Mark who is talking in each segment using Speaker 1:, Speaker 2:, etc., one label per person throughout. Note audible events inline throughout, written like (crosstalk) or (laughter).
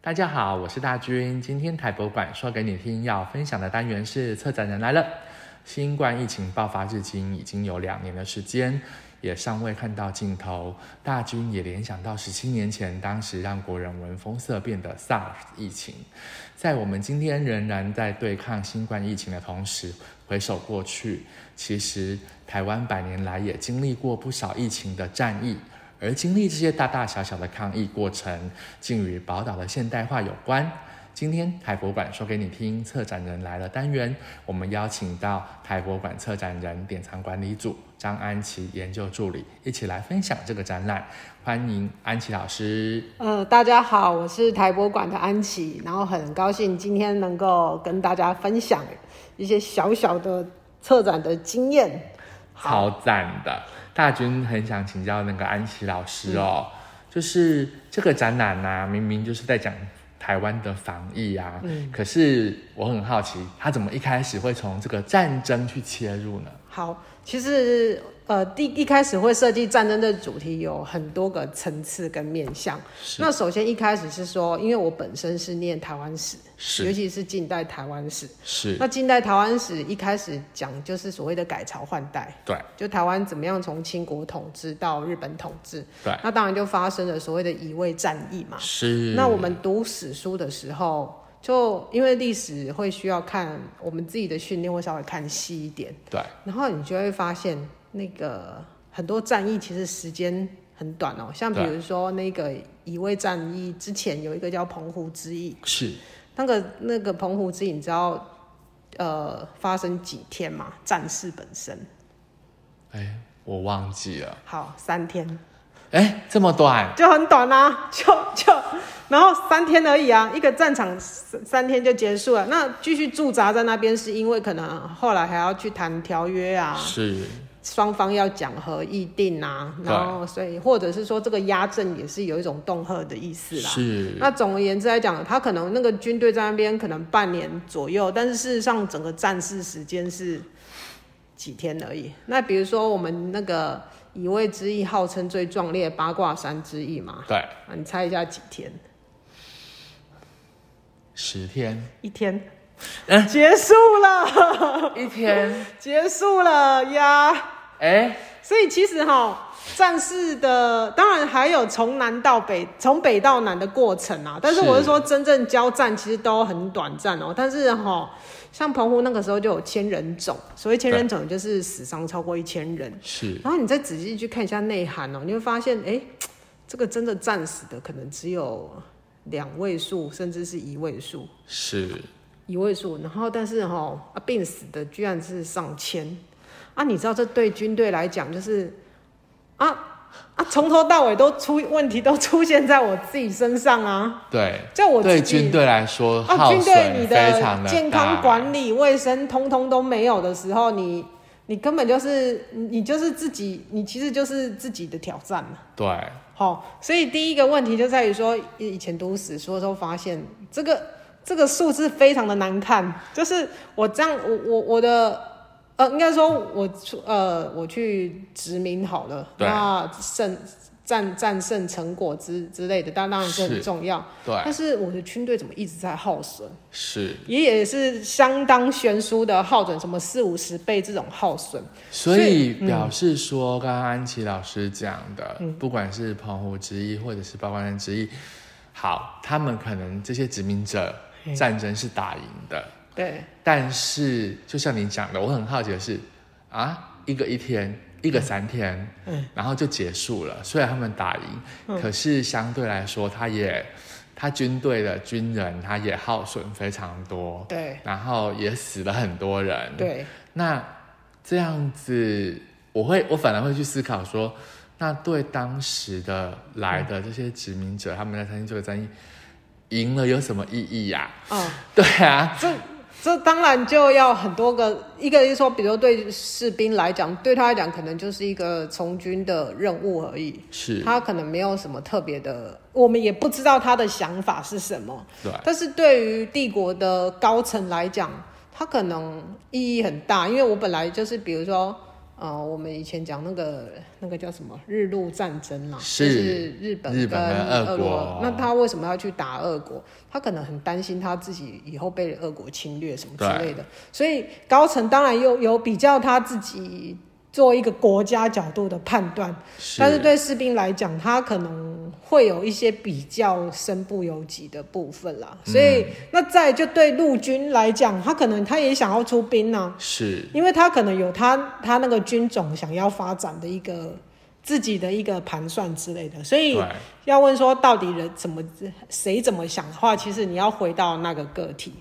Speaker 1: 大家好，我是大军。今天台博馆说给你听要分享的单元是策展人来了。新冠疫情爆发至今已经有两年的时间，也尚未看到尽头。大军也联想到十七年前，当时让国人闻风色变的 SARS 疫情。在我们今天仍然在对抗新冠疫情的同时，回首过去，其实台湾百年来也经历过不少疫情的战役。而经历这些大大小小的抗议过程，竟与宝岛的现代化有关。今天台博馆说给你听，策展人来了单元，我们邀请到台博馆策展人、典藏管理组张安琪研究助理，一起来分享这个展览。欢迎安琪老师。
Speaker 2: 呃，大家好，我是台博馆的安琪，然后很高兴今天能够跟大家分享一些小小的策展的经验。
Speaker 1: 超赞的，大军很想请教那个安琪老师哦，
Speaker 2: 嗯
Speaker 1: 就是这个展览啊，明明就是在讲台湾的防疫啊，
Speaker 2: 嗯
Speaker 1: 可是我很好奇，他怎么一开始会从这个战争去切入呢？
Speaker 2: 好，其实呃，第一开始会设计战争的主题有很多个层次跟面向。那首先一开始是说，因为我本身是念台湾史，尤
Speaker 1: 是
Speaker 2: 其是近代台湾史。
Speaker 1: 是，
Speaker 2: 那近代台湾史一开始讲就是所谓的改朝换代，
Speaker 1: 对
Speaker 2: 就台湾怎么样从清国统治到日本统治，
Speaker 1: 对
Speaker 2: 那当然就发生了所谓的乙未战役嘛。
Speaker 1: 哎是。
Speaker 2: 那我们读史书的时候，就因为历史会需要看我们自己的训练，会稍微看细一点，
Speaker 1: 对
Speaker 2: 然后你就会发现那个很多战役其实时间很短哦，像比
Speaker 1: 对
Speaker 2: 如说那个乙未战役之前有一个叫澎湖之役，
Speaker 1: 是
Speaker 2: 那个那个澎湖之役，你知道呃发生几天吗？战事本身
Speaker 1: 哎，我忘记了，
Speaker 2: 好三天。
Speaker 1: 哎，这么短，
Speaker 2: 就很短啊， (laughs) 就就，然后三天而已啊，一个战场三三天就结束了。那继续驻扎在那边，是因为可能后来还要去谈条约啊，
Speaker 1: 是
Speaker 2: 双方要讲和议定啊，
Speaker 1: 对
Speaker 2: 然后所以或者是说这个压阵也是有一种恫吓的意思啦。
Speaker 1: 是
Speaker 2: 那总而言之来讲，他可能那个军队在那边可能半年左右，但是事实上整个战事时间是几天而已。那比如说我们那个乙未之役，号称最壮烈八卦山之役嘛，
Speaker 1: 对，
Speaker 2: 啊你猜一下几天？
Speaker 1: 十
Speaker 2: (laughs)
Speaker 1: 天，
Speaker 2: 一天
Speaker 1: 嗯。
Speaker 2: 结束了， (laughs)
Speaker 1: 一天，
Speaker 2: 结束了呀。
Speaker 1: 哎，
Speaker 2: 所以其实哈，战事的当然还有从南到北、从北到南的过程啊。但是
Speaker 1: 是
Speaker 2: 我是说，真正交战其实都很短暂哦。但是哈，像澎湖那个时候就有千人冢，所谓千人冢就是死伤超过一千人。
Speaker 1: 是
Speaker 2: 然后你再仔细去看一下内涵哦，你会发现，哎，这个真的战死的可能只有两位数，甚至是一位数。
Speaker 1: 是
Speaker 2: 一位数，然后但是哈、啊，病死的居然是上千啊！你知道这对军队来讲就是啊啊，从头到尾都出问题，都出现在我自己身上啊！
Speaker 1: 对。
Speaker 2: 就我自
Speaker 1: 对
Speaker 2: 己
Speaker 1: 军队来说，
Speaker 2: 啊，
Speaker 1: 耗
Speaker 2: 军队你
Speaker 1: 损非常
Speaker 2: 的
Speaker 1: 的
Speaker 2: 健康管理、卫生通通都没有的时候，你你根本就是你你就是自己，你其实就是自己的挑战了。
Speaker 1: 对，
Speaker 2: 好、所以第一个问题就在于说，以以前读史书的时候发现，这个这个数字非常的难看，就是我这样，我我我的，呃，应该说我出呃我去殖民好了，
Speaker 1: 对
Speaker 2: 那胜战战胜成果之之类的，但当然是很
Speaker 1: 是
Speaker 2: 重要。
Speaker 1: 对，
Speaker 2: 但是我的军队怎么一直在耗损？
Speaker 1: 是，
Speaker 2: 也也是相当悬殊的耗损，什么四五十倍这种耗损。
Speaker 1: 所
Speaker 2: 所
Speaker 1: 以
Speaker 2: 以嗯
Speaker 1: 表示说，刚刚安琪老师讲的，不管是澎湖之役或者是八卦山之役，好，他们可能这些殖民者战争是打赢的，
Speaker 2: 对，
Speaker 1: 但是就像你讲的，我很好奇的是，啊，一个一天，一个三天，嗯，然后就结束了。虽然他们打赢，可是相对来说，他也他军队的军人他也耗损非常多，
Speaker 2: 对，
Speaker 1: 然后也死了很多人，。
Speaker 2: 对，
Speaker 1: 那这样子，我会我反而会去思考说，那对当时的来的这些殖民者，他们在参与这个战役，赢了有什么意义呀、
Speaker 2: 嗯。
Speaker 1: 对啊，
Speaker 2: 这这当然就要很多个，一个是说，比如对士兵来讲，对他来讲可能就是一个从军的任务而已，
Speaker 1: 是，
Speaker 2: 他可能没有什么特别的，我们也不知道他的想法是什么。
Speaker 1: 对，
Speaker 2: 但是对于帝国的高层来讲，他可能意义很大，因为我本来就是比如说。呃，我们以前讲那个那个叫什么日露战争啦，
Speaker 1: 是
Speaker 2: 就是日本
Speaker 1: 日
Speaker 2: 跟
Speaker 1: 本跟俄
Speaker 2: 俄罗
Speaker 1: 国，
Speaker 2: 那他为什么要去打俄国？他可能很担心他自己以后被俄国侵略什么之类的，所以高层当然有有比较他自己做一个国家角度的判断，
Speaker 1: 是
Speaker 2: 但是对士兵来讲，他可能会有一些比较身不由己的部分啦，所以、
Speaker 1: 嗯
Speaker 2: 那再就对陆军来讲，他可能他也想要出兵呐、
Speaker 1: 是
Speaker 2: 因为他可能有他他那个军种想要发展的一个自己的一个盘算之类的，所以
Speaker 1: 对
Speaker 2: 要问说到底人怎么谁怎么想的话，其实你要回到那个个体。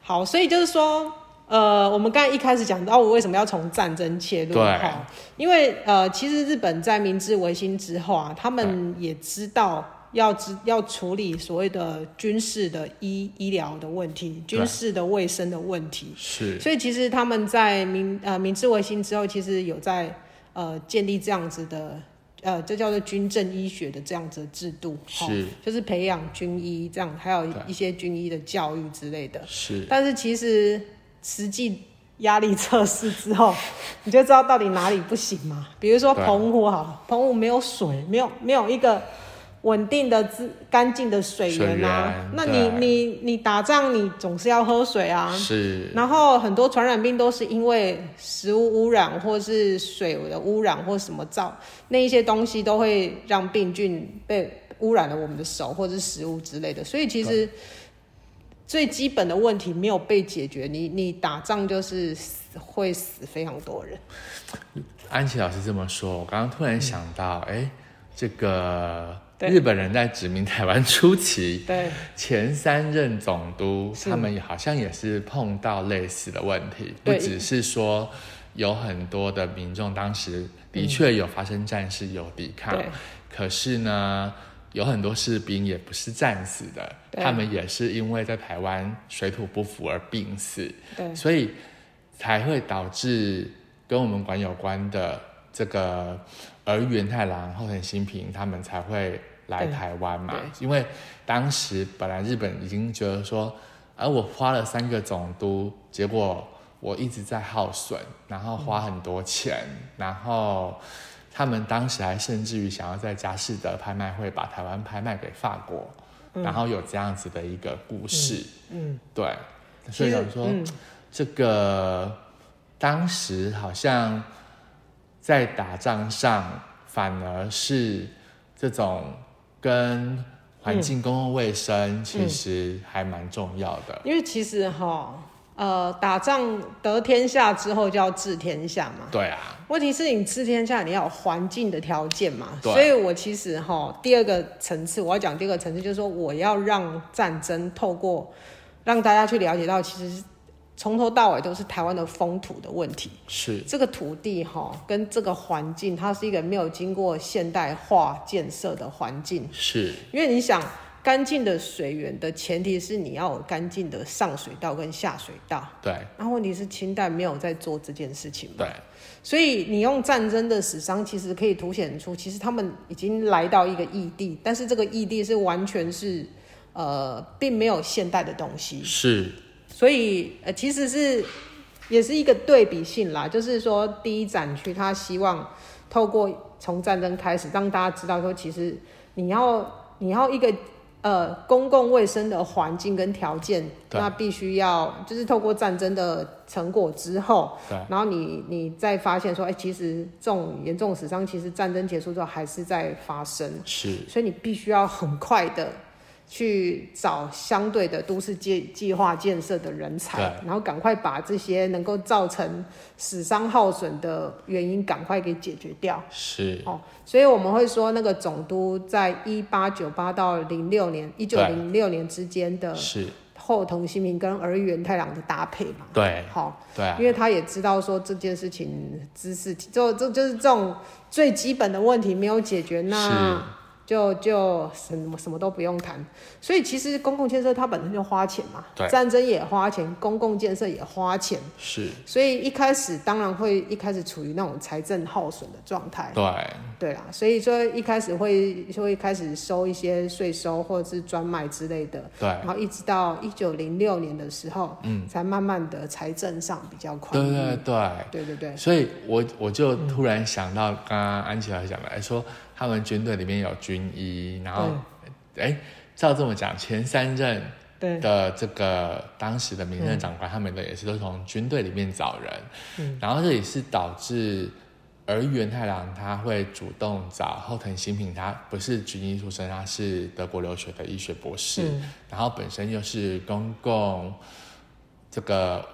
Speaker 2: 好，所以就是说，呃，我们刚才一开始讲到我为什么要从战争切入
Speaker 1: 对
Speaker 2: 哈，因为呃，其实日本在明治维新之后啊，他们也知道。要知要处理所谓的军事的医医疗的问题，军
Speaker 1: 对
Speaker 2: 事的卫生的问题，
Speaker 1: 是
Speaker 2: 所以其实他们在明呃明治维新之后，其实有在呃建立这样子的呃，这叫做军政医学的这样子的制度，齁
Speaker 1: 是
Speaker 2: 就是培养军医这样，还有
Speaker 1: 对
Speaker 2: 一些军医的教育之类的。
Speaker 1: 是
Speaker 2: 但是其实实际压力测试之后，
Speaker 1: (laughs)
Speaker 2: 你就知道到底哪里不行嘛。比如说
Speaker 1: 对
Speaker 2: 澎湖好了，澎湖没有水，没有没有一个稳定的自干净的水源啊。
Speaker 1: 水源
Speaker 2: 那你
Speaker 1: 对
Speaker 2: 你你打仗，你总是要喝水啊。
Speaker 1: 是
Speaker 2: 然后很多传染病都是因为食物污染或是水的污染或什么造，那一些东西都会让病菌被污染了我们的手或者是食物之类的。所以其实最基本的问题没有被解决，你你打仗就是死会死非常多人。
Speaker 1: 安琪老师这么说，我刚刚突然想到，哎、这个
Speaker 2: 嗯对
Speaker 1: 日本人在殖民台湾 (laughs) 初期，
Speaker 2: 对，
Speaker 1: 前三任总督
Speaker 2: 是
Speaker 1: 他们好像也是碰到类似的问题，不
Speaker 2: 对
Speaker 1: 只是说有很多的民众当时的确有发生战事、有抵抗
Speaker 2: 嗯对，
Speaker 1: 可是呢，有很多士兵也不是战死的，
Speaker 2: 对
Speaker 1: 他们也是因为在台湾水土不服而病死，
Speaker 2: 对
Speaker 1: 所以才会导致跟我们馆有关的这个儿源太郎、后藤新平他们才会来
Speaker 2: 对
Speaker 1: 台湾嘛
Speaker 2: 对，
Speaker 1: 因为当时本来日本已经觉得说，而、我花了三个总督，结果我一直在耗损，然后花很多钱，然后。他们当时还甚至于想要在佳士得拍卖会把台湾拍卖给法国，然后有这样子的一个故事，
Speaker 2: 嗯，
Speaker 1: 对，所以
Speaker 2: 其实
Speaker 1: 想说，
Speaker 2: 嗯
Speaker 1: 这个当时好像在打仗上，反而是这种跟
Speaker 2: 嗯
Speaker 1: 环境、公共卫生其实还蛮重要的。
Speaker 2: 因为其实哈，呃，打仗得天下之后就要治天下嘛。
Speaker 1: 对啊，
Speaker 2: 问题是你吃天下，你要有环境的条件嘛。
Speaker 1: 对
Speaker 2: 所以我其实哈，第二个层次，我要讲第二个层次，就是说我要让战争透过让大家去了解到，其实从头到尾都是台湾的风土的问题。
Speaker 1: 是
Speaker 2: 这个土地哈，跟这个环境，它是一个没有经过现代化建设的环境。
Speaker 1: 是
Speaker 2: 因为你想，干净的水源的前提是你要有干净的上水道跟下水道。
Speaker 1: 对
Speaker 2: 那问题是清代没有在做这件事情嘛？
Speaker 1: 对
Speaker 2: 所以你用战争的死伤，其实可以凸显出，其实他们已经来到一个异地，但是这个异地是完全是，呃，并没有现代的东西，
Speaker 1: 是
Speaker 2: 所以呃，其实是也是一个对比性啦，就是说第一展区他希望透过从战争开始，让大家知道说，其实你要你要一个呃公共卫生的环境跟条件，
Speaker 1: 对
Speaker 2: 那必须要就是透过战争的成果之后，
Speaker 1: 对
Speaker 2: 然后你你再发现说，哎、其实这种严重死伤，其实战争结束之后还是在发生，
Speaker 1: 是
Speaker 2: 所以你必须要很快的去找相对的都市计计划建设的人才
Speaker 1: 对，
Speaker 2: 然后赶快把这些能够造成死伤耗损的原因赶快给解决掉。
Speaker 1: 是
Speaker 2: 哦，所以我们会说那个总督在一八九八到零六年，一九零六年之间的
Speaker 1: 是，
Speaker 2: 后藤新平跟儿原太郎的搭配嘛。
Speaker 1: 对
Speaker 2: 好、
Speaker 1: 对啊
Speaker 2: 因为他也知道说这件事情知识，就这就是这种最基本的问题没有解决，那就就什么什么都不用谈。所以其实公共建设它本身就花钱嘛
Speaker 1: 对，
Speaker 2: 战争也花钱，公共建设也花钱，
Speaker 1: 是，
Speaker 2: 所以一开始当然会一开始处于那种财政耗损的状态。
Speaker 1: 对，
Speaker 2: 对啦，所以说一开始会就会开始收一些税收或者是专卖之类的，
Speaker 1: 对
Speaker 2: 然，后一直到一九零六年的时候，
Speaker 1: 嗯，
Speaker 2: 才慢慢的财政上比较宽
Speaker 1: 对
Speaker 2: 裕。
Speaker 1: 对对。
Speaker 2: 对对对，
Speaker 1: 所以我我就突然想到，刚刚安琪老师讲的，哎说他们军队里面有军医，然后，哎，照这么讲，前三任
Speaker 2: 对
Speaker 1: 的这个当时的民政长官，他们的也是都从军队里面找人，
Speaker 2: 嗯
Speaker 1: 然后这也是导致而元太郎他会主动找后藤新平，他不是军医出身，他是德国留学的医学博士，
Speaker 2: 嗯
Speaker 1: 然后本身又是公共这个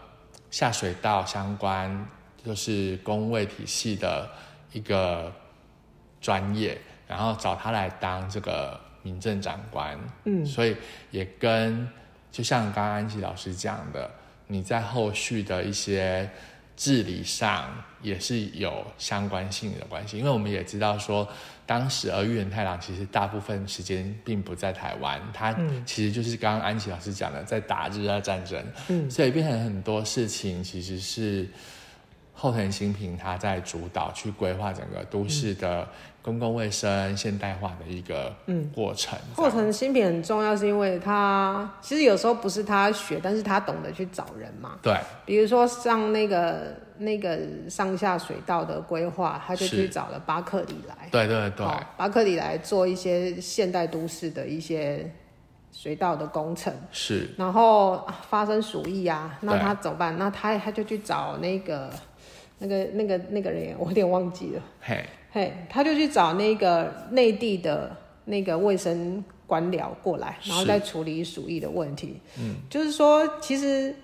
Speaker 1: 下水道相关，就是工卫体系的一个专业，然后找他来当这个民政长官，
Speaker 2: 嗯
Speaker 1: 所以也跟就像刚刚安琪老师讲的，你在后续的一些治理上也是有相关性的关系，因为我们也知道说，当时而玉元太郎其实大部分时间并不在台湾，他其实就是刚刚安琪老师讲的在打日俄战争，
Speaker 2: 嗯
Speaker 1: 所以变成很多事情其实是后藤新平他在主导去规划整个都市的公共卫生现代化的一个
Speaker 2: 嗯。
Speaker 1: 过程。这
Speaker 2: 后
Speaker 1: 样
Speaker 2: 藤新平很重要，是因为他其实有时候不是他学，但是他懂得去找人嘛。
Speaker 1: 对
Speaker 2: 比如说像那个那个上下水道的规划，他就是去找了巴克里来。
Speaker 1: 对对对，
Speaker 2: 哦巴克里来做一些现代都市的一些水道的工程，
Speaker 1: 是
Speaker 2: 然后啊发生鼠疫啊，那
Speaker 1: 对
Speaker 2: 他怎么办？那他他就去找那个那个那个那个人，我有点忘记了，
Speaker 1: 嘿
Speaker 2: 嘿，他就去找那个内地的那个卫生官僚过来，
Speaker 1: 是
Speaker 2: 然后再处理鼠疫的问题。嗯，就是说其实。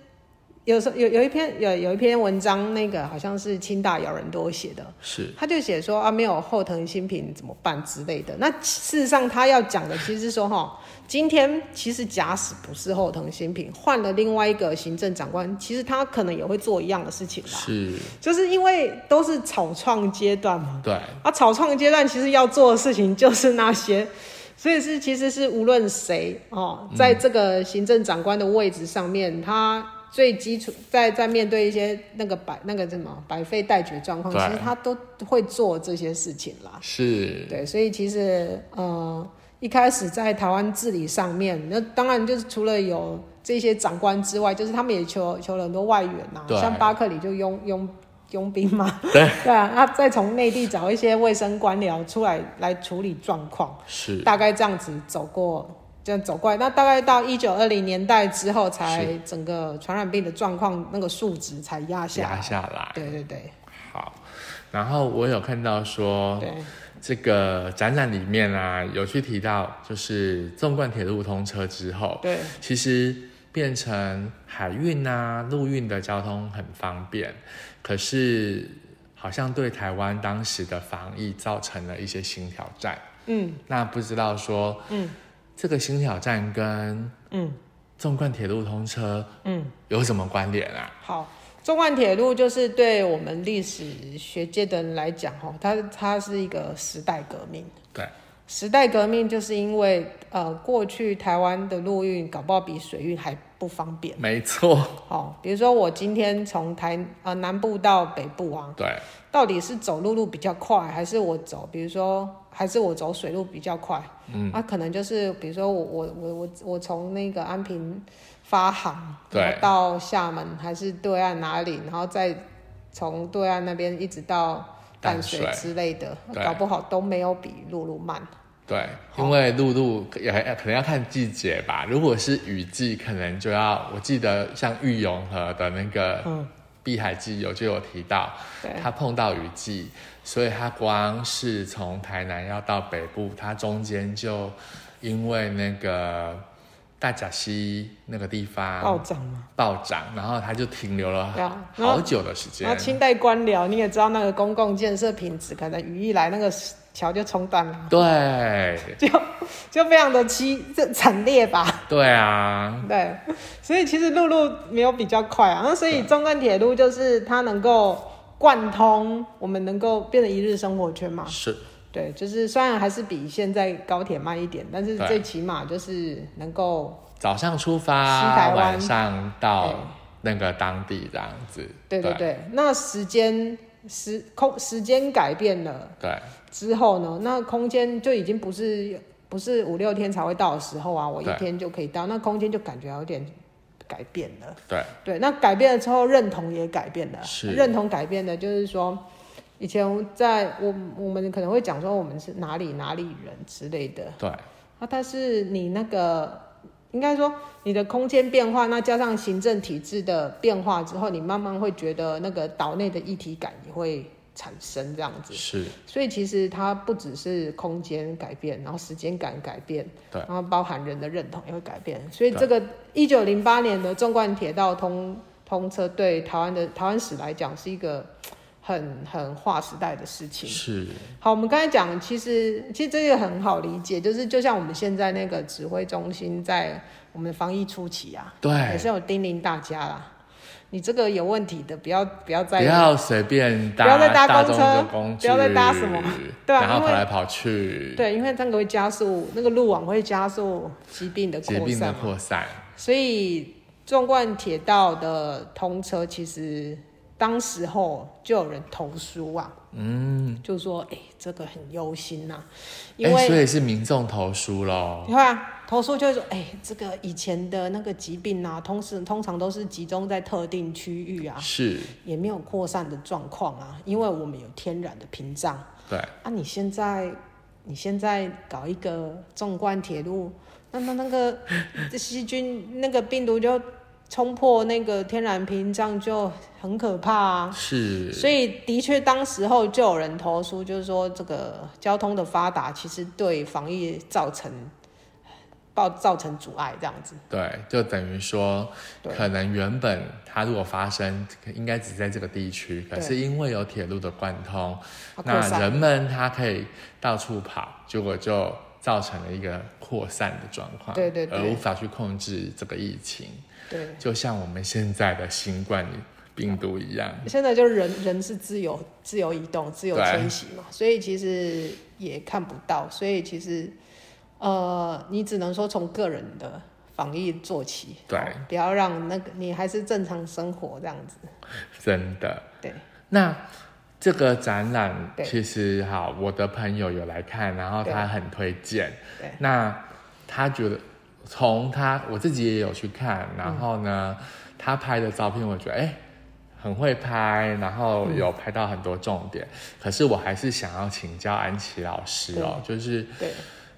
Speaker 2: 有时候有有一篇有有一篇文章，那个好像是清大姚仁多写的，
Speaker 1: 是
Speaker 2: 他就写说啊，没有后藤新平怎么办之类的。那事实上，他要讲的其实是说哈，今天其实假使不是后藤新平，换了另外一个行政长官，其实他可能也会做一样的事情啦。
Speaker 1: 是，
Speaker 2: 就是因为都是草创阶段嘛，
Speaker 1: 对
Speaker 2: 啊，草创阶段其实要做的事情就是那些， (laughs) 所以是其实是无论谁哦，在这个行政长官的位置上面，他最基础在在面对一些那个百那个什么百废待举的状况，
Speaker 1: 对
Speaker 2: 其实他都会做这些事情啦。
Speaker 1: 是，
Speaker 2: 对，所以其实呃，一开始在台湾治理上面，那当然就是除了有这些长官之外，就是他们也求求了很多外援呐、
Speaker 1: 对
Speaker 2: 像巴克里就佣佣佣兵嘛，
Speaker 1: 对
Speaker 2: (laughs) 对啊，那再从内地找一些卫生官僚出来来处理状况，
Speaker 1: 是
Speaker 2: 大概这样子走过。这样走过来，那大概到一九二零年代之后，才
Speaker 1: 是
Speaker 2: 整个传染病的状况那个数值才压下
Speaker 1: 压
Speaker 2: 来。
Speaker 1: 下来。
Speaker 2: 对对对
Speaker 1: 好，然后我有看到说，
Speaker 2: 对，
Speaker 1: 这个展览里面啊，有去提到，就是纵贯铁路通车之后，
Speaker 2: 对，
Speaker 1: 其实变成海运啊、陆运的交通很方便，可是好像对台湾当时的防疫造成了一些新挑战。
Speaker 2: 嗯
Speaker 1: 那不知道说
Speaker 2: 嗯
Speaker 1: 这个新挑战跟
Speaker 2: 嗯
Speaker 1: 纵贯铁路通车
Speaker 2: 嗯，
Speaker 1: 有什么关联啊？
Speaker 2: 好，纵贯铁路就是对我们历史学界的人来讲，哈，它它是一个时代革命。
Speaker 1: 对，
Speaker 2: 时代革命就是因为呃，过去台湾的陆运搞不好比水运还不方便。
Speaker 1: 没错，
Speaker 2: 哦，比如说我今天从台呃南部到北部啊，
Speaker 1: 对，
Speaker 2: 到底是走陆路比较快，还是我走，比如说，还是我走水路比较快？嗯，啊，可能就是比如说我我我我我从那个安平发航，
Speaker 1: 对
Speaker 2: 然后到厦门还是对岸哪里，然后再从对岸那边一直到淡水
Speaker 1: 淡水
Speaker 2: 之类的，
Speaker 1: 对
Speaker 2: 搞不好都没有比陆路慢。
Speaker 1: 对，因为陆路也可能要看季节吧。如果是雨季，可能就要我记得像玉永和的那个
Speaker 2: 嗯
Speaker 1: 碧海季游就有提到，
Speaker 2: 对
Speaker 1: 他碰到雨季，所以他光是从台南要到北部，他中间就因为那个大甲溪那个地方
Speaker 2: 暴涨啊嘛。
Speaker 1: 暴涨，然后他就停留了
Speaker 2: 对啊然后
Speaker 1: 好久的时间
Speaker 2: 然后。清代官僚你也知道，那个公共建设品质，可能雨一来，那个桥就冲断了，
Speaker 1: 对，
Speaker 2: 就就非常的凄这惨烈吧。
Speaker 1: 对啊，
Speaker 2: 对，所以其实陆路没有比较快啊，那所以中关铁路就是它能够贯通，我们能够变成一日生活圈嘛。
Speaker 1: 是，
Speaker 2: 对，就是虽然还是比现在高铁慢一点，但是
Speaker 1: 对
Speaker 2: 最起码就是能够，
Speaker 1: 早上出
Speaker 2: 西台
Speaker 1: 发，
Speaker 2: 湾
Speaker 1: 晚上到
Speaker 2: 对
Speaker 1: 那个当地这样子。
Speaker 2: 对对
Speaker 1: 对
Speaker 2: 对。那时间时空时间改变了
Speaker 1: 对
Speaker 2: 之后呢，那空间就已经不是不是五六天才会到的时候啊，我一
Speaker 1: 对
Speaker 2: 天就可以到，那空间就感觉有点改变了。
Speaker 1: 对
Speaker 2: 对，那改变了之后，认同也改变了。
Speaker 1: 是
Speaker 2: 认同改变的，就是说，以前在我我们可能会讲说我们是哪里哪里人之类的，
Speaker 1: 对
Speaker 2: 啊，但是你那个应该说你的空间变化，那加上行政体制的变化之后，你慢慢会觉得那个岛内的一体感也会产生这样子。
Speaker 1: 是，
Speaker 2: 所以其实它不只是空间改变，然后时间感改变，
Speaker 1: 对
Speaker 2: 然后包含人的认同也会改变。所以这个一九零八年的纵贯铁道通通车，对台湾的台湾史来讲是一个很很划时代的事情。
Speaker 1: 是
Speaker 2: 好，我们刚才讲，其实其实这个很好理解，就是就像我们现在那个指挥中心在我们防疫初期啊，也
Speaker 1: 对，
Speaker 2: 是有叮咛大家啦，你这个有问题的，不要不要再
Speaker 1: 不要随便搭
Speaker 2: 不要再搭
Speaker 1: 大
Speaker 2: 公
Speaker 1: 众
Speaker 2: 车
Speaker 1: 的工具，
Speaker 2: 不要再搭什么，对啊
Speaker 1: 然后
Speaker 2: 因为
Speaker 1: 跑来跑去，
Speaker 2: 对，因为这样会加速那个路网会加速疾病的
Speaker 1: 疾
Speaker 2: 扩
Speaker 1: 病的
Speaker 2: 散，
Speaker 1: 扩散，
Speaker 2: 所以纵贯铁道的通车，其实当时候就有人投诉啊，
Speaker 1: 嗯，
Speaker 2: 就说哎、这个很忧心呐、啊因
Speaker 1: 哎，所
Speaker 2: 为
Speaker 1: 以是民众投诉喽，
Speaker 2: 你看、啊、投诉就会说，哎、这个以前的那个疾病啊，通时通常都是集中在特定区域啊，
Speaker 1: 是，
Speaker 2: 也没有扩散的状况啊，因为我们有天然的屏障。
Speaker 1: 对
Speaker 2: 啊，你现在你现在搞一个纵贯铁路，那那那个这细菌那个病毒就冲破那个天然屏障，就很可怕啊。
Speaker 1: 是，
Speaker 2: 所以的确，当时候就有人投诉，就是说这个交通的发达，其实对防疫造成造造成阻碍，这样子。
Speaker 1: 对，就等于说，
Speaker 2: 对
Speaker 1: 可能原本它如果发生，应该只在这个地区，可
Speaker 2: 对
Speaker 1: 是因为有铁路的贯通，
Speaker 2: 它啊扩
Speaker 1: 那
Speaker 2: 散
Speaker 1: 人们他可以到处跑，结果就造成了一个扩散的状况，
Speaker 2: 对对对
Speaker 1: 而无法去控制这个疫情，
Speaker 2: 对，
Speaker 1: 就像我们现在的新冠病毒一样，
Speaker 2: 现在就是人人是自由自由移动、自由
Speaker 1: 对
Speaker 2: 迁徙嘛，所以其实也看不到，所以其实呃，你只能说从个人的防疫做起，
Speaker 1: 对
Speaker 2: 哦不要让那个你还是正常生活这样子，
Speaker 1: 真的。
Speaker 2: 对，
Speaker 1: 那这个展览
Speaker 2: 对
Speaker 1: 其实好，我的朋友有来看，然后
Speaker 2: 对
Speaker 1: 他很推荐
Speaker 2: 对。
Speaker 1: 那他觉得从他我自己也有去看，然后呢，他拍的照片我觉得哎、很会拍，然后有拍到很多重点。可是我还是想要请教安琪老师哦，就是
Speaker 2: 对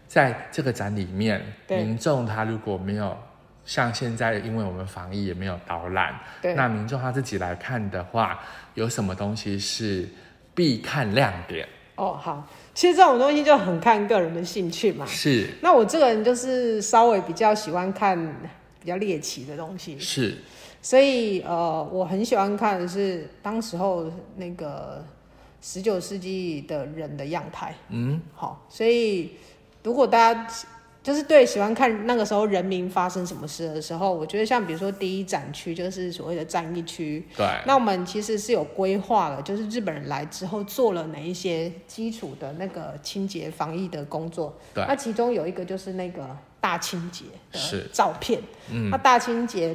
Speaker 1: 在这个展里面，
Speaker 2: 对
Speaker 1: 民众他如果没有像现在，因为我们防疫也没有导览，
Speaker 2: 对
Speaker 1: 那民众他自己来看的话，有什么东西是必看亮点？
Speaker 2: 哦好，其实这种东西就很看个人的兴趣嘛。
Speaker 1: 是
Speaker 2: 那我这个人就是稍微比较喜欢看比较猎奇的东西，
Speaker 1: 是，
Speaker 2: 所以呃，我很喜欢看的是当时候那个十九世纪的人的样态。
Speaker 1: 嗯，
Speaker 2: 好，所以如果大家就是对喜欢看那个时候人民发生什么事的时候，我觉得像比如说第一展区就是所谓的战役区，
Speaker 1: 对
Speaker 2: 那我们其实是有规划了，就是日本人来之后做了哪一些基础的那个清洁防疫的工作。
Speaker 1: 对
Speaker 2: 那其中有一个就是那个大清洁的
Speaker 1: 是
Speaker 2: 照片。嗯，那大清洁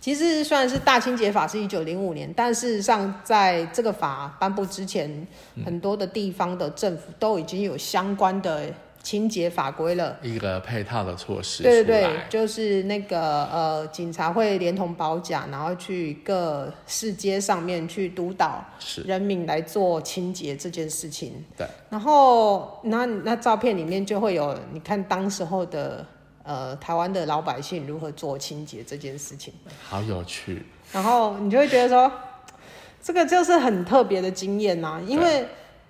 Speaker 2: 其实虽然是大清洁法是一九零五年，但事实上在这个法颁布之前，
Speaker 1: 嗯
Speaker 2: 很多的地方的政府都已经有相关的清洁法规了。
Speaker 1: 一个配套的措施出来，
Speaker 2: 对对对，就是那个呃，警察会连同保甲，然后去各市街上面去督导
Speaker 1: 是，
Speaker 2: 人民来做清洁这件事情。
Speaker 1: 对，
Speaker 2: 然后那那照片里面就会有，你看当时候的呃台湾的老百姓如何做清洁这件事情，
Speaker 1: 好有趣，
Speaker 2: 然后你就会觉得说，这个就是很特别的经验呐、因为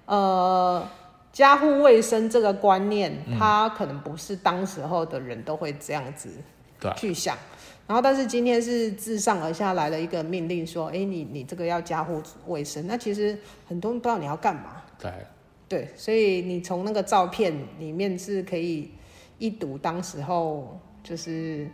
Speaker 2: 呃。家户卫生这个观念，它可能不是当时候的人都会这样子
Speaker 1: 对
Speaker 2: 去想。然后，但是今天是自上而下来了一个命令，说，哎，你你这个要加护卫生。那其实很多人不知道你要干嘛，
Speaker 1: 对
Speaker 2: 对，所以你从那个照片里面是可以一睹当时候就是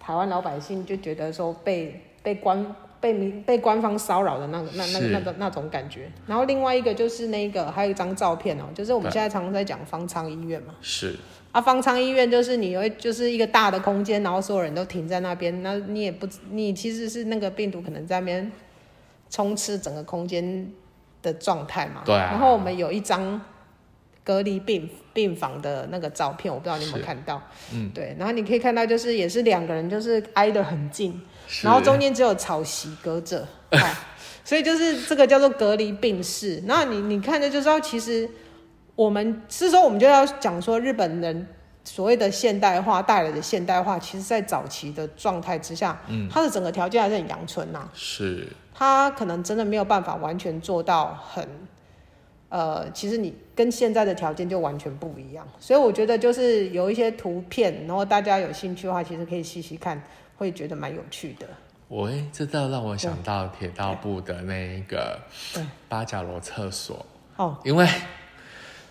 Speaker 2: 台湾老百姓就觉得说被被官被民被官方骚扰的那个那那
Speaker 1: 是
Speaker 2: 那个那种感觉。然后另外一个就是那个还有一张照片哦、就是我们
Speaker 1: 对
Speaker 2: 现在常常在讲方舱医院嘛。
Speaker 1: 是
Speaker 2: 啊，方舱医院就是你会就是一个大的空间，然后所有人都停在那边，那你也不知你其实是那个病毒可能在那边充斥整个空间的状态嘛。
Speaker 1: 对啊
Speaker 2: 然后我们有一张隔离病病房的那个照片，我不知道你有没有
Speaker 1: 是
Speaker 2: 看到。
Speaker 1: 嗯，
Speaker 2: 对。然后你可以看到，就是也是两个人就是挨得很近，
Speaker 1: 是，
Speaker 2: 然后中间只有草席隔
Speaker 1: (laughs)
Speaker 2: 着，哎，所以就是这个叫做隔离病室。那你你看着就知道，其实我们是说我们就要讲说日本人所谓的现代化带来的现代化，其实在早期的状态之下，
Speaker 1: 嗯，
Speaker 2: 它的整个条件还是很阳春呐、
Speaker 1: 是
Speaker 2: 它可能真的没有办法完全做到很。呃，其实你跟现在的条件就完全不一样，所以我觉得就是有一些图片，然后大家有兴趣的话，其实可以细细看，会觉得蛮有趣的。
Speaker 1: 我诶这倒让我想到铁道部的那一个
Speaker 2: 对
Speaker 1: 八角楼厕所，
Speaker 2: 哦，
Speaker 1: 因为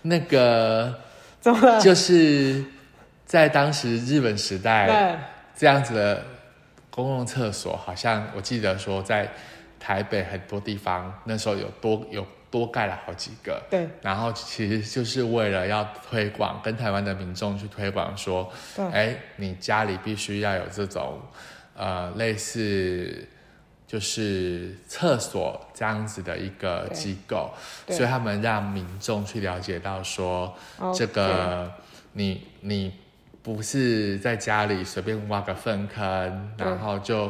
Speaker 1: 那个
Speaker 2: 怎么了？
Speaker 1: 就是在当时日本时代
Speaker 2: 对，
Speaker 1: 这样子的公共厕所，好像我记得说在台北很多地方那时候有多有多盖了好几个，
Speaker 2: 对
Speaker 1: 然后其实就是为了要推广，跟台湾的民众去推广说，
Speaker 2: 对
Speaker 1: 哎，你家里必须要有这种，呃，类似就是厕所这样子的一个
Speaker 2: 对
Speaker 1: 机构，
Speaker 2: 对
Speaker 1: 所以他们让民众去了解到说，
Speaker 2: 哦
Speaker 1: 这个你你不是在家里随便挖个粪坑，
Speaker 2: 对
Speaker 1: 然后就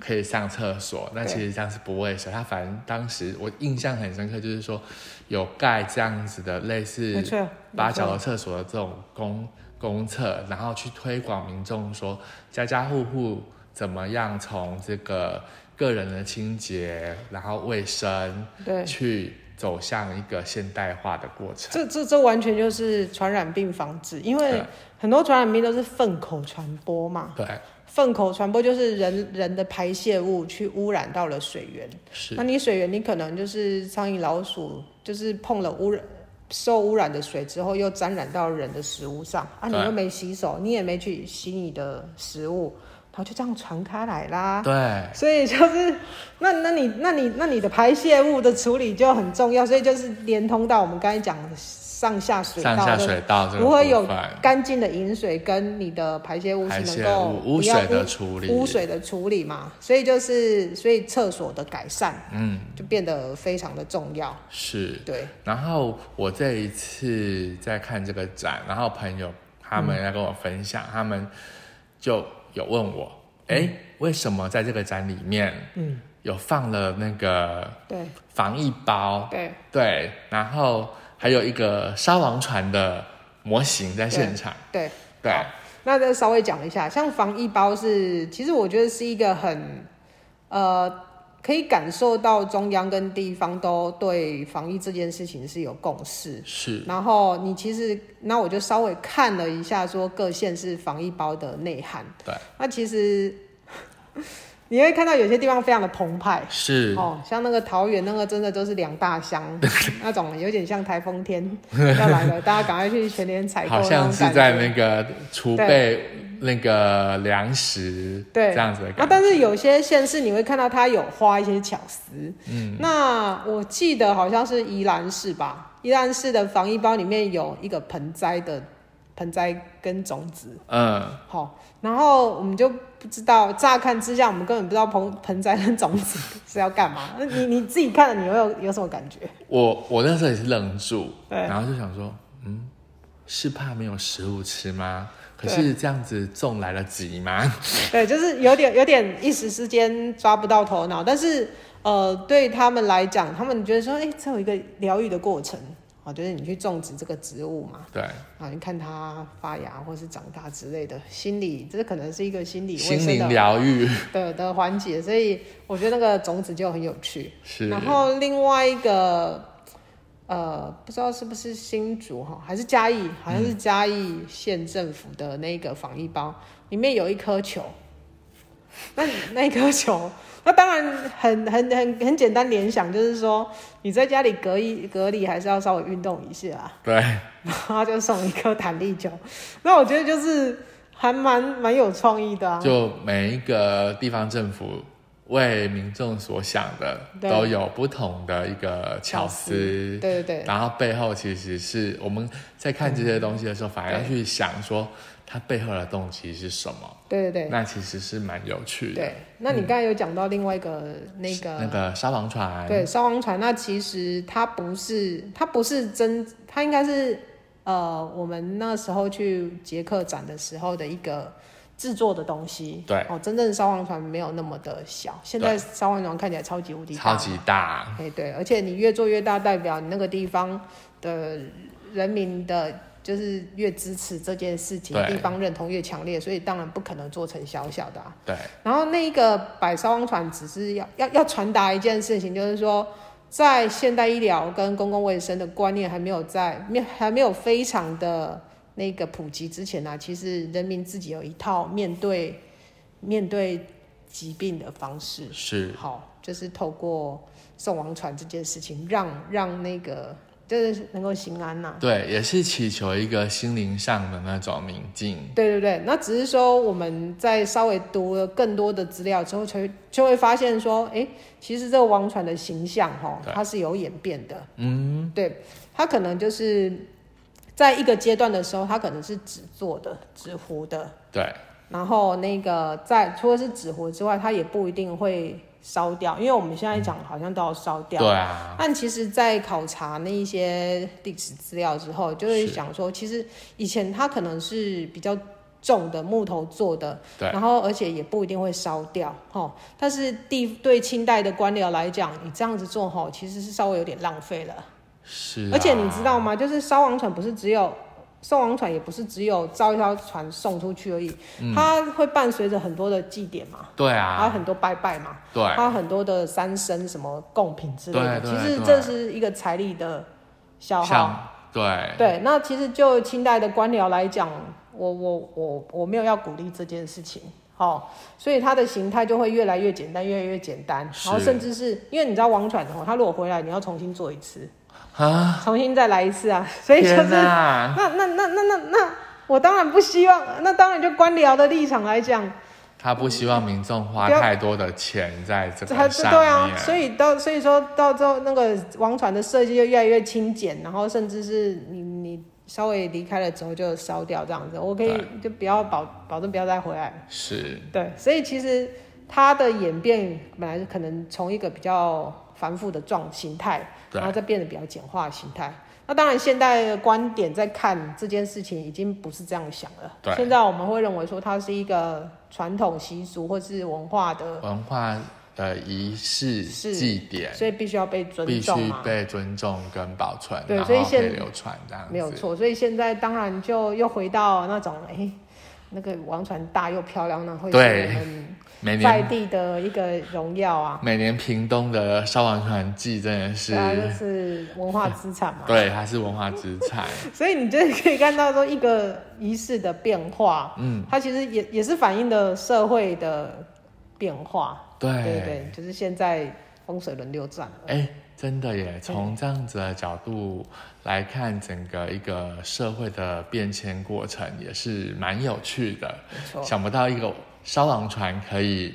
Speaker 1: 可以上厕所，那
Speaker 2: 嗯对
Speaker 1: 其实这样是不卫生。他反正当时我印象很深刻，就是说有盖这样子的类
Speaker 2: 没
Speaker 1: 似
Speaker 2: 错，
Speaker 1: 八
Speaker 2: 没错
Speaker 1: 角楼厕所的这种公公厕，然后去推广民众说家家户户怎么样从这个个人的清洁，然后卫生
Speaker 2: 对，
Speaker 1: 去走向一个现代化的过程。
Speaker 2: 这这这完全就是传染病防治，因为
Speaker 1: 对
Speaker 2: 很多传染病都是粪口传播嘛，
Speaker 1: 对，
Speaker 2: 粪口传播就是人人的排泄物去污染到了水源，
Speaker 1: 是
Speaker 2: 那你水源你可能就是苍蝇、老鼠，就是碰了污染。受污染的水之后，又沾染到人的食物上啊！你
Speaker 1: 对
Speaker 2: 又没洗手，你也没去洗你的食物，然后就这样传开来啦。
Speaker 1: 对。
Speaker 2: 所以就是，那那你那你那你的排泄物的处理就很重要，所以就是连通到我们刚才讲的上下水
Speaker 1: 上
Speaker 2: 道
Speaker 1: 下
Speaker 2: 的，
Speaker 1: 水道这个
Speaker 2: 如何有
Speaker 1: 部分
Speaker 2: 干净的饮水跟你的排泄物
Speaker 1: 排
Speaker 2: 是能
Speaker 1: 泄
Speaker 2: 够
Speaker 1: 物污
Speaker 2: 不要
Speaker 1: 水的处理，
Speaker 2: 污水的处理嘛，所以就是所以厕所的改善
Speaker 1: 嗯
Speaker 2: 就变得非常的重要，
Speaker 1: 是。
Speaker 2: 对，
Speaker 1: 然后我这一次在看这个展，然后朋友他
Speaker 2: 嗯
Speaker 1: 们来跟我分享，他们就有问我，哎、为什么在这个展里面，
Speaker 2: 嗯，
Speaker 1: 有放了那个
Speaker 2: 对
Speaker 1: 防疫包，
Speaker 2: 对
Speaker 1: 对，然后还有一个沙王船的模型在现场，
Speaker 2: 对。
Speaker 1: 对，
Speaker 2: 那再稍微讲一下，像防疫包是，其实我觉得是一个很，呃，可以感受到中央跟地方都对防疫这件事情是有共识。
Speaker 1: 是
Speaker 2: 然后你其实，那我就稍微看了一下，说各县市防疫包的内涵。
Speaker 1: 对，
Speaker 2: 那其实 (laughs) 你会看到有些地方非常的澎湃。
Speaker 1: 是，
Speaker 2: 哦，像那个桃园那个真的都是两
Speaker 1: (laughs)
Speaker 2: 大箱那种，有点像台风天要来了，大家赶快去全联采购
Speaker 1: 好
Speaker 2: 那种感觉。
Speaker 1: 像是在那个储备那个粮食，
Speaker 2: 对
Speaker 1: 这样子的
Speaker 2: 啊，
Speaker 1: 感觉，
Speaker 2: 但是有些县市你会看到它有花一些巧思。嗯，那我记得好像是宜兰市吧，宜兰市的防疫包里面有一个盆栽的盆栽跟种子，
Speaker 1: 嗯，
Speaker 2: 好、然后我们就不知道，乍看之下我们根本不知道盆盆栽跟种子是要干嘛。那你你自己看了，你会有有什么感觉？
Speaker 1: 我我那时候也是愣住，
Speaker 2: 对
Speaker 1: 然后就想说，嗯，是怕没有食物吃吗？可
Speaker 2: 对
Speaker 1: 是这样子种来得及吗？ (laughs)
Speaker 2: (laughs) 对，就是有点有点一时之间抓不到头脑，但是呃，对他们来讲，他们觉得说，哎、这有一个疗愈的过程。哦，就是你去种植这个植物嘛，
Speaker 1: 对，
Speaker 2: 啊，你看它发芽或是长大之类的，心理这可能是一个心理卫
Speaker 1: 心
Speaker 2: 生
Speaker 1: 灵
Speaker 2: 的
Speaker 1: 疗愈
Speaker 2: 的的环节，所以我觉得那个种子就很有趣。
Speaker 1: 是，
Speaker 2: 然后另外一个，呃，不知道是不是新竹哈，还是嘉义，好像是嘉义县政府的那个防疫包，里面有一颗球。那 (laughs) 那一颗球，那当然很很很很简单联想，就是说你在家里隔一隔离，还是要稍微运动一下啊。
Speaker 1: 对，
Speaker 2: 然后他就送一颗弹力球。那我觉得就是还蛮蛮有创意的啊。
Speaker 1: 就每一个地方政府，为民众所想的
Speaker 2: 对
Speaker 1: 都有不同的一个巧思，
Speaker 2: 对对对，
Speaker 1: 然后背后其实是我们在看这些东西的时候，反而要去想说它背后的动机是什么，
Speaker 2: 对对对
Speaker 1: 那其实是啊蛮有趣的
Speaker 2: 嗯对。。那你刚才有讲到另外一个那个
Speaker 1: 那个沙狼船，
Speaker 2: 对，烧王船，那其实它不是，它不是真，它应该是呃，我们那时候去捷克展的时候的一个制作的东西。
Speaker 1: 对
Speaker 2: 哦，真正的烧王船没有那么的小，现在烧王船看起来超级无敌大
Speaker 1: 超。级大，
Speaker 2: 哎，对，而且你越做越大，代表你那个地方的人民的。就是越支持这件事情，
Speaker 1: 对
Speaker 2: 地方认同越强烈，所以当然不可能做成小小的啊、
Speaker 1: 对
Speaker 2: 然后那个百烧王船只是要要要传达一件事情，就是说，在现代医疗跟公共卫生的观念还没有在没有还没有非常的那个普及之前呢、啊其实人民自己有一套面对面对疾病的方式。
Speaker 1: 是，
Speaker 2: 好，就是透过送王船这件事情，让让那个就是能够心安呐、
Speaker 1: 对，也是祈求一个心灵上的那种宁静，
Speaker 2: 对对对，那只是说我们在稍微读了更多的资料之后，才会就会发现说，哎，其实这个王船的形象哈、
Speaker 1: 对
Speaker 2: 它是有演变的。
Speaker 1: 嗯，
Speaker 2: 对，它可能就是在一个阶段的时候，它可能是纸做的、纸糊的，
Speaker 1: 对
Speaker 2: 然后那个在除了是纸糊之外，它也不一定会烧掉，因为我们现在讲好像都要烧掉。
Speaker 1: 对啊，
Speaker 2: 但其实，在考察那一些历史资料之后，就会
Speaker 1: 是
Speaker 2: 想说，其实以前它可能是比较重的木头做的，
Speaker 1: 对
Speaker 2: 然后而且也不一定会烧掉，哈。但是地对清代的官僚来讲，你这样子做，哈，其实是稍微有点浪费了。
Speaker 1: 是啊，
Speaker 2: 而且你知道吗？就是烧王船不是只有送王船，也不是只有造一条船送出去而已，它会伴随着很多的祭典嘛，
Speaker 1: 对
Speaker 2: 还
Speaker 1: 嗯
Speaker 2: 有
Speaker 1: 啊，
Speaker 2: 很多拜拜嘛，
Speaker 1: 对，
Speaker 2: 还有很多的三牲什么贡品之类的。
Speaker 1: 对
Speaker 2: 其
Speaker 1: 对
Speaker 2: 实
Speaker 1: 对
Speaker 2: 这是一个财力的消耗。
Speaker 1: 像对
Speaker 2: 对，那其实就清代的官僚来讲，我我我我没有要鼓励这件事情。好、所以它的形态就会越来越简单，越来越简单。然后
Speaker 1: 是
Speaker 2: 甚至是因为你知道王船哦，它如果回来，你要重新做一次，
Speaker 1: 啊，
Speaker 2: 重新再来一次啊。所以就是
Speaker 1: 天哪，
Speaker 2: 那那那那那那，我当然不希望。那当然，就官僚的立场来讲，
Speaker 1: 他不希望民众花
Speaker 2: 不要
Speaker 1: 太多的钱在这
Speaker 2: 他
Speaker 1: 个
Speaker 2: 对
Speaker 1: 上
Speaker 2: 啊，
Speaker 1: 面，
Speaker 2: 所以到所以说到最后那个王船的设计就越来越精简，然后甚至是你你稍微离开了之后就烧掉这样子，我可以就不要保保证不要再回来。
Speaker 1: 是
Speaker 2: 对，所以其实它的演变本来是可能从一个比较繁复的状形态，
Speaker 1: 对
Speaker 2: 然后再变得比较简化的形态。那当然，现代的观点在看这件事情，已经不是这样想
Speaker 1: 对
Speaker 2: 了。现在我们会认为说它是一个传统习俗或是文化的
Speaker 1: 文化的仪式
Speaker 2: 是
Speaker 1: 祭典。
Speaker 2: 所以必须要被尊
Speaker 1: 必须
Speaker 2: 重嘛，
Speaker 1: 被尊重跟保存，
Speaker 2: 对
Speaker 1: 然
Speaker 2: 所以
Speaker 1: 后可
Speaker 2: 现
Speaker 1: 以流传这样子，
Speaker 2: 没有错。所以现在当然就又回到那种哎、那个王船大又漂亮，那会是
Speaker 1: 对哎
Speaker 2: 我
Speaker 1: 每
Speaker 2: 们在
Speaker 1: 年
Speaker 2: 地的一个荣耀啊，
Speaker 1: 每年屏东的烧王船祭真的是
Speaker 2: 对，啊，就是文化资产嘛。
Speaker 1: (laughs) 对，它是文化资
Speaker 2: (laughs)
Speaker 1: 产，
Speaker 2: 所以你就可以看到说一个仪式的变化，
Speaker 1: 嗯，
Speaker 2: 它其实也也是反映的社会的变化，
Speaker 1: 对
Speaker 2: 对对对，就是现在风水轮流转了，
Speaker 1: 哎、真的耶！从这样子的角度来看，整个一个社会的变迁过程也是蛮有趣的。
Speaker 2: 没错。
Speaker 1: 想不到一个烧王船可以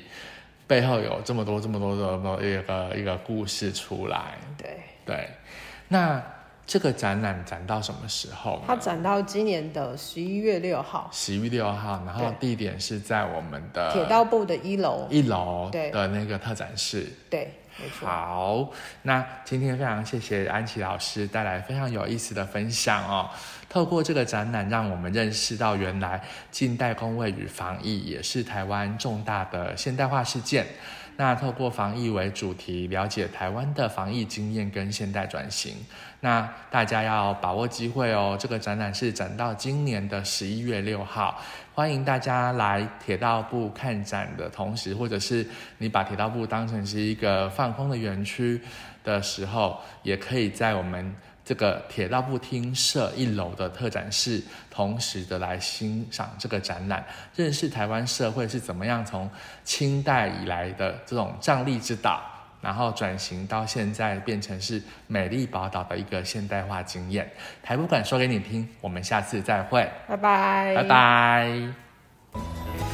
Speaker 1: 背后有这么多、这么多、这么多一个一个故事出来。
Speaker 2: 对，
Speaker 1: 对，那这个展览展到什么时候
Speaker 2: 它
Speaker 1: 呢？
Speaker 2: 展到今年的十一月六号，
Speaker 1: 十一月六号，然后地点是在我们
Speaker 2: 铁
Speaker 1: 的
Speaker 2: 道部的一楼，
Speaker 1: 一楼
Speaker 2: 对
Speaker 1: 的那个特展室。
Speaker 2: 对，没错。
Speaker 1: 好，那今天非常谢谢安琪老师带来非常有意思的分享哦。透过这个展览，让我们认识到原来近代工卫与防疫也是台湾重大的现代化事件。那透过防疫为主题，了解台湾的防疫经验跟现代转型。那大家要把握机会哦，这个展览是展到今年的十一月六号，欢迎大家来铁道部看展的同时，或者是你把铁道部当成是一个放空的园区的时候，也可以在我们这个铁道部厅舍一楼的特展室，同时的来欣赏这个展览，认识台湾社会是怎么样从清代以来的这种瘴疠之岛，然后转型到现在变成是美丽宝岛的一个现代化经验。台博馆说给你听，我们下次再会，
Speaker 2: 拜拜，
Speaker 1: 拜拜